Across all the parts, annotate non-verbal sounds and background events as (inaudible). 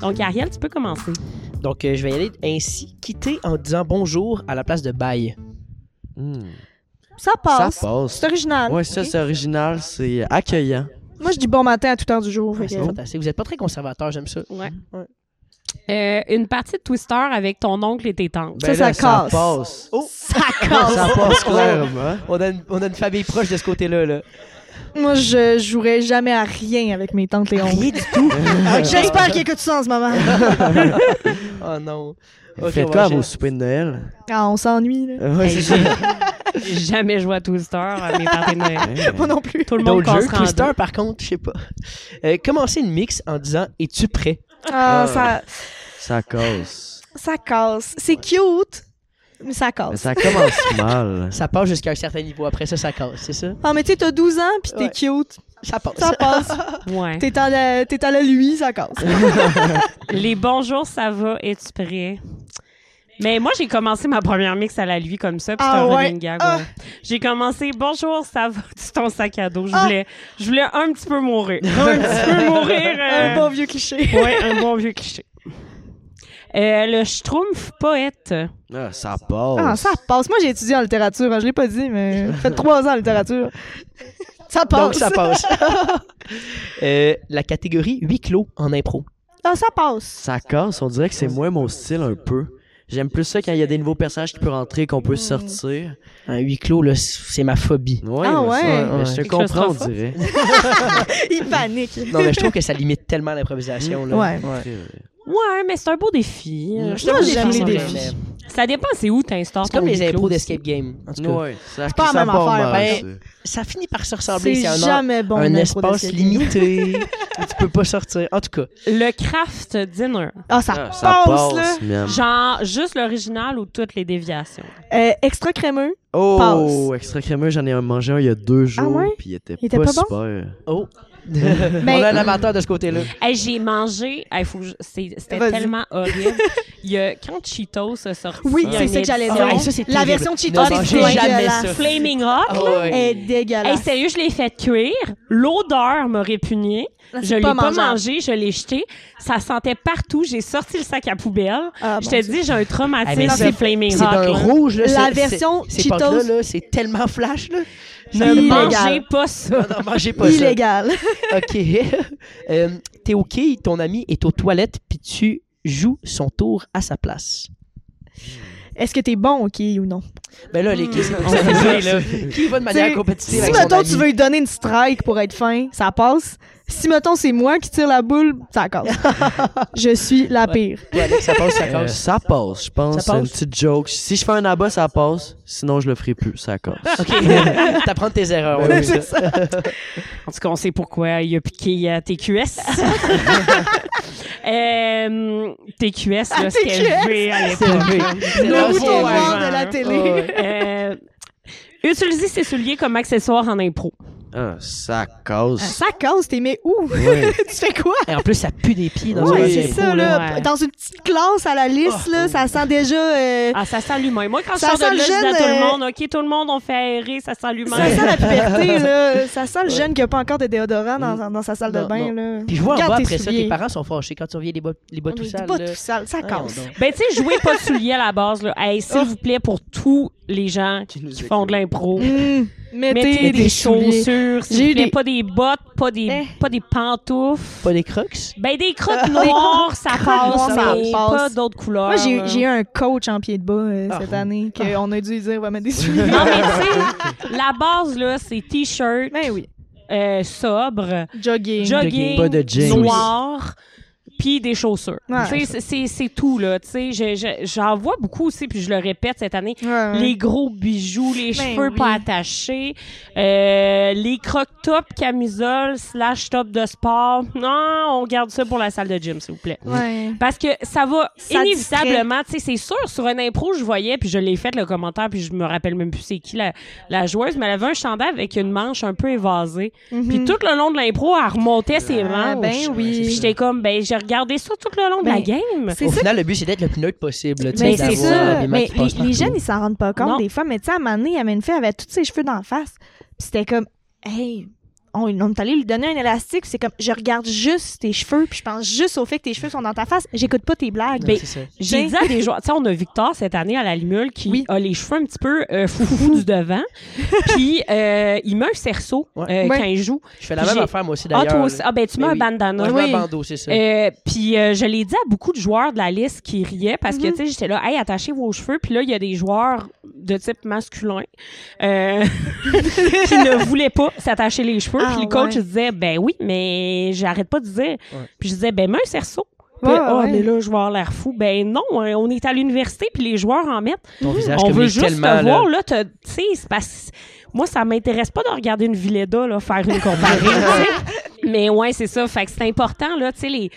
Donc, Ariel, tu peux commencer. Donc, euh, je vais y aller ainsi, quitter en disant bonjour à la place de bye. Hmm. Ça Ça passe. passe. C'est original. Ouais, ça, Ok. c'est original, c'est accueillant. Moi, je dis bon matin à toute heure du jour. fait Ouais, c'est que- fantastique. Vous n'êtes pas très conservateur, j'aime ça. Ouais. Ouais. Euh, une partie de Twister avec ton oncle et tes tantes. Ça, ça casse. Ben Ça passe. Oh! Ça Ça passe clairement. On a, une, on a une famille proche de ce côté-là. Là. (laughs) Moi, je jouerais jamais à rien avec mes tantes Léon. Rien du (laughs) tout! Ok. J'espère qu'il écoute ça en ce moment. Oh non! Vous Ok, Faites on va quoi à enchaîner. vos soupers de (laughs) Noël? (laughs) Ah, on s'ennuie, là. Ouais, Hey, c'est ça. J'ai jamais joué à Twister à mes parties de Noël. Moi non plus. Tout le monde D'autres jeux, casse en deux. Twister, par contre, je sais pas. Euh, commencer une mix en disant Es-tu prêt? Ah, Ah. ça, Ça casse. ça casse. C'est cute, mais ça Mais casse. ça commence mal. Ça passe jusqu'à un certain niveau. Après ça, ça casse, c'est ça? Ah, mais tu sais, t'as 12 ans, pis t'es Ouais. cute. Ça passe. (laughs) Ça passe. Ouais. T'es à la, t'es à la lui, ça (laughs) casse. Les bonjours, ça va, es-tu prêt? Mais moi, j'ai commencé ma première mix à la lui comme ça, puis c'est Ah un ouais? running gag. ouais. Ah. J'ai commencé Bonjour, ça va, (laughs) tu ton sac à dos. Je Ah. voulais, je voulais un petit peu mourir. Un petit (laughs) peu mourir. Un euh, bon vieux cliché. Ouais, un bon vieux cliché. Euh, le Schtroumpf poète. Ah, ça Ah, passe. ça passe. Moi, j'ai étudié en littérature. hein. Je l'ai pas dit, mais j'ai fait trois ans en littérature. Ça passe. Donc, ça passe. Euh, la catégorie huis clos en impro. Ah, ça passe. Ça casse. On dirait que c'est moins mon style un peu. J'aime plus ça quand il y a des nouveaux personnages qui peuvent rentrer, qu'on peut sortir. Un huis clos, là, c'est ma phobie. Hmm. Ouais, Ah mais ça, ouais. mais Je te Ouais. comprends, on dirait. Il panique. Non, mais je trouve que ça limite tellement l'improvisation. là. Ouais. Ouais, mais c'est un beau défi. hein. Moi, Je Moi, t'avoue, j'aime j'ai fait les ça, défis. mais Ça dépend, c'est où t'instaures C'est comme ton les huis clos impros aussi. d'escape game. En tout cas, Ouais, ça, pas la ça même part affaire, mal, ben, ça. ça finit par se ressembler. C'est C'est un, or- jamais bon. un une impro espace d'escape. limité. (laughs) tu peux pas sortir. En tout cas, Le craft dinner. Ah, ça Ah, passe, Ça là. passe, miam. Genre, juste l'original ou toutes les déviations? Euh, extra crémeux. Oh, extra crémeux, j'en ai mangé un il y a deux jours, ouais? puis il était, Il était pas, pas bon? super. (laughs) oh. On a un amateur de ce côté-là. Hey, j'ai mangé. Hey, faut que je- c'est- C'était Vas-y. tellement (laughs) horrible. Il y a, quand Cheetos a sorti. Oui, il y a c'est une ça que j'allais édition- dire. Ah, ça, c'est La terrible. version Cheetos Ne est mangez jamais dégueulasse. ça. Flaming Hot. là. Oh, ouais. Elle est Hey, dégueulasse. sérieux, je l'ai fait cuire. L'odeur m'a répugnée. Ah, c'est Je l'ai pas pas, mangeable. mangé, je l'ai jeté. Ça sentait partout. J'ai sorti le sac à poubelle. Ah, je mon te Dieu. dis, j'ai un Ah, traumatisme mais c'est c'est- Flaming C'est Hot. d'un là. rouge. Là, La c'est- version c'est- Ces Cheetos. pâtes-là, là, c'est tellement flash. Là. Ne Illégal. mangez pas ça. Non, mangez pas ça. Illégal. OK. (laughs) Euh, T'es OK, ton ami est aux toilettes, puis tu joues son tour à sa place. Est-ce que t'es bon, OK, ou non? Ben là, les qui, On fait ça, là. qui va de manière T'sais, compétitive Si, avec son mettons, ami? tu veux lui donner une strike pour être fin, ça passe. Si, mettons, c'est moi qui tire la boule, (laughs) ça casse. je suis la pire. Ouais, Alex, ça passe, ça Euh, casse. ça passe, je pense. Ça C'est une passe? petite joke. Si je fais un abat, ça passe. Sinon, je le ferai plus. (laughs) Ça casse. OK. T'apprends de tes erreurs. on a vu ça. En tout cas, on sait pourquoi il a piqué à (laughs) TQS. Euh, TQS, là, À c'était TQS. élevé à C'est l'époque. levé. C'est Le levé. bouton c'est noir vrai. de la télé. Oh, ouais. Euh, utiliser ses souliers comme accessoire en impro. Ah, ça Ah, casse. Ça casse, t'es mais où? (laughs) Ouais. tu fais quoi? Et en plus, ça pue des pieds dans Ouais, un Oui, c'est c'est impro, ça, là. ouais. Dans une petite classe à la Ah. liste, là, ça sent déjà... euh, Ah, ça sent l'humain. Moi, quand Ça je sors de là, sent le je dis à jeune, tout le euh, monde, OK, tout le monde, on fait aérer, ça sent l'humain. Ça sent la (laughs) puberté, là. Ça sent le jeune qui a pas encore de déodorant dans, dans sa salle de Mm. Non, bain, là. Puis je vois en Regarde bas tes après ça, souliers. tes parents sont fâchés quand tu reviens les bas, les bas On tout est sales. pas là. tout sale, ça Voyons casse. donc. Ben, tu sais, jouez pas de souliers à la base, là. Hey, s'il vous plaît, pour tous les gens qui, Qui nous font de l'impro, Hum, mettez des, souliers. chaussures, s'il J'ai vous eu plaît, des- pas des bottes, pas des, Eh. Ah. pas des pantoufles. Pas des crocs? Ben, des crottes noires, ça noires, passe, ça mais passe. pas d'autres couleurs. Moi, j'ai là. j'ai eu un coach en pied de bas euh, Ah. cette année qu'on a dû dire, on (laughs) va mettre des souliers. Non, mais (laughs) tu sais, la base, là, c'est T-shirt Ben oui. euh, sobre, Jogging. jogging, pas de jeans. noir, puis des chaussures. Ouais. Tu sais, c'est- c'est- c'est tout, là. Tu sais, je- je- j'en vois beaucoup aussi, puis je le répète cette année. Ouais, ouais. Les gros bijoux, les Hein. Ben cheveux oui. pas attachés, euh, les croque-top, camisole, slash top de sport. Non, on garde ça pour la salle de gym, s'il vous plaît. Ouais. Parce que ça va Ça inévitablement, tu sais, c'est sûr, sur un impro, je voyais, puis je l'ai fait le commentaire, puis je me rappelle même plus c'est qui la, la joueuse, mais elle avait un chandail avec une manche un peu évasée. Puis tout le long de l'impro, elle remontait ses Mhm. Ah, manches. ben Puis oui. j'étais comme, ben, j'ai regardé ça tout le long de Ben, la game. C'est Au ça. final, le but, c'est d'être le plus neutre possible. tu sais, Mais d'avoir c'est ça. des mains Mais qui les, passent les partout. jeunes, ils s'en rendent pas compte Non. des fois. Mais tu sais, à un moment donné, il y avait une fille, elle avait tous ses cheveux d'en face. Puis c'était comme, hey, on, on est allé lui donner un élastique. C'est comme, je regarde juste tes cheveux, puis je pense juste au fait que tes cheveux sont dans ta face. J'écoute pas tes blagues. Non, c'est ça. J'ai J'ai- dit à des joueurs, tu sais, on a Victor cette année à la Limule qui Oui. a les cheveux un petit peu euh, foufou du devant, (laughs) puis euh, il met un cerceau Ouais. euh, Ouais. quand il joue. Je fais la Puis même j'ai- affaire, moi aussi, Ah, d'ailleurs. toi aussi. Ah, ben, tu mets Mais un oui. bandana. Moi, je mets Oui. un bandeau, c'est ça. Euh, puis euh, je l'ai dit à beaucoup de joueurs de la liste qui riaient parce que Mhm. tu sais j'étais là hey attachez vos cheveux puis là il y a des joueurs de type masculin euh, (laughs) qui (laughs) ne voulaient pas s'attacher les cheveux Ah, puis le coach ouais. disait ben oui mais j'arrête pas de dire Ouais. puis je disais ben mets un cerceau Puis, Ouais, Ah, ouais. mais là, je vais avoir l'air fou. Ben non, hein, on est à l'université, puis les joueurs en mettent. Ton visage on veut communique juste te tellement. voir, là. t'as- Tu sais, c'est parce moi, ça m'intéresse pas de regarder une Vileda, là, faire une comparaison. tu (laughs) sais. Mais ouais, c'est ça. Fait que c'est important, là, tu sais, les,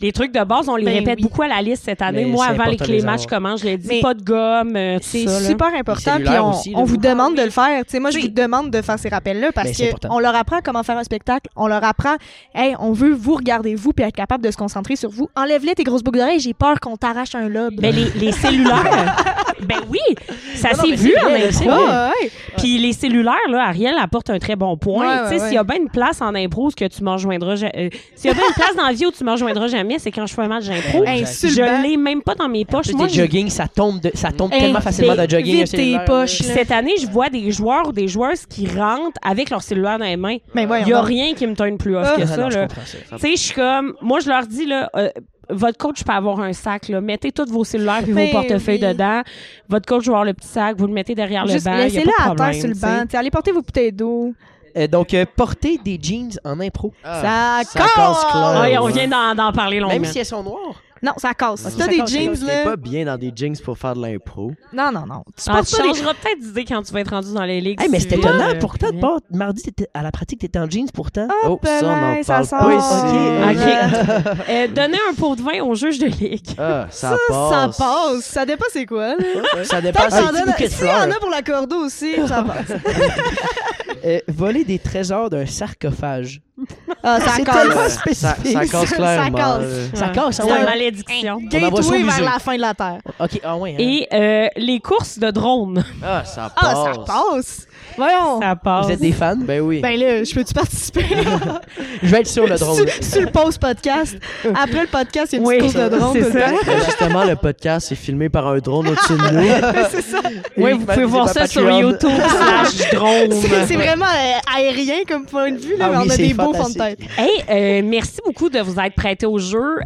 les trucs de base, on les Ben répète oui. beaucoup à la liste cette année. Mais moi, Ben, c'est avant les, important que de les les matchs avoir. commencent, je l'ai dit, Mais pas de gomme, euh, tout C'est ça, là. super important, Les puis cellulaires on, aussi, là. on vous Ah, demande de oui. le faire. Tu sais, moi, je Oui. vous demande de faire ces rappels-là parce Ben, c'est que important. on leur apprend comment faire un spectacle, on leur apprend, hey, on veut vous regarder vous puis être capable de se concentrer sur vous. Enlève-les tes grosses boucles d'oreilles, j'ai peur qu'on t'arrache un lobe. Ben, les, les (laughs) cellulaires, ben oui, ça non, s'est mais vu c'est en vrai, c'est impro. Ouais, vrai. ouais. Puis les cellulaires, là, Ariel apporte un très bon point. Ouais, tu ouais, sais, s'il y a bien une place en impro où ce que tu m'en rejoindras, ja- euh, s'il y a bien une place dans la vie où tu m'en rejoindras jamais, c'est quand je fais un match d'impro. Hey, Je Insulte. l'ai même pas dans mes poches. Plus Moi, des jogging, ça tombe, de- ça tombe Hey, tellement facilement ben, de jogging. vide un cellulaire, tes poches, je- là. là. cette année, je vois des joueurs ou des joueuses qui rentrent avec leur cellulaire dans les mains. Mais Il Ben voyons y a donc. rien qui me tourne plus off Ah, que Ah, ça. non, je là. comprends ça. Tu sais, je suis comme, moi, je leur dis là. euh, votre coach peut avoir un sac. Là. Mettez tous vos cellulaires et vos Ben portefeuilles oui. dedans. Votre coach va avoir le petit sac. Vous le mettez derrière Juste le banc. y a laissez-le pas de à terre problème, sur le tu sais. banc. T'sais, allez porter vos bouteilles d'eau. Euh, donc, euh, porter des jeans en impro, Ça Ah. ça casse clair. Ah, casse! et on Ouais. vient d'en d'en parler longuement. même si elles sont noires. Non, ça Ah, casse. Si Ça t'as des casse, jeans, T'es là... pas bien dans des jeans pour faire de l'impro. Non, non, non. Tu Ah, portes tu pas des- changeras peut-être d'idée quand tu vas être rendu dans les ligues. Hey, mais c'était civiles, étonnant. euh, Pourtant, de puis- bord, mardi, t'étais- à la pratique, t'étais en jeans pourtant. Oh, ben ça, on là, en ça parle sort. pas Ah. ici. OK. (laughs) Euh, donner un pot de vin aux juges de ligue. Ah, ça, Ça passe. Ah, passe. Ça dépend c'est quoi, là. Ça Peut-être dépasse que les t'en petits donnes- bouquets de S'il y en fleurs. a pour la corde aussi, ça passe. Euh, voler des trésors d'un sarcophage. Ah, C'est ça tellement casse. spécifique. Ça, ça Ça- casse ça clairement. casse. euh. Ça casse, C'est ah ouais. une malédiction. On en voit Gateway ça vers bouger. la fin de la Terre. OK, ah ouais. hein. Et euh, les courses de drones. (laughs) Ah, ça passe. Ah, ça passe. Voyons. Ça passe. Vous êtes des fans? Ben oui. Ben là, je peux-tu participer? Je vais être sur le (laughs) drone. sur, sur le post-podcast. Après le podcast, il y a une Oui, petite course de drone c'est tout le ça. temps. Ben, justement, le podcast est filmé par un drone au-dessus (laughs) de nous. Oui, vous pouvez voir ça sur YouTube (laughs) slash (laughs) C'est c'est drone. vraiment euh, aérien comme point de vue, là, Ah mais oui, on a c'est des beaux fonds de fantastique. tête. Hey, euh, merci beaucoup de vous être prêté au jeu.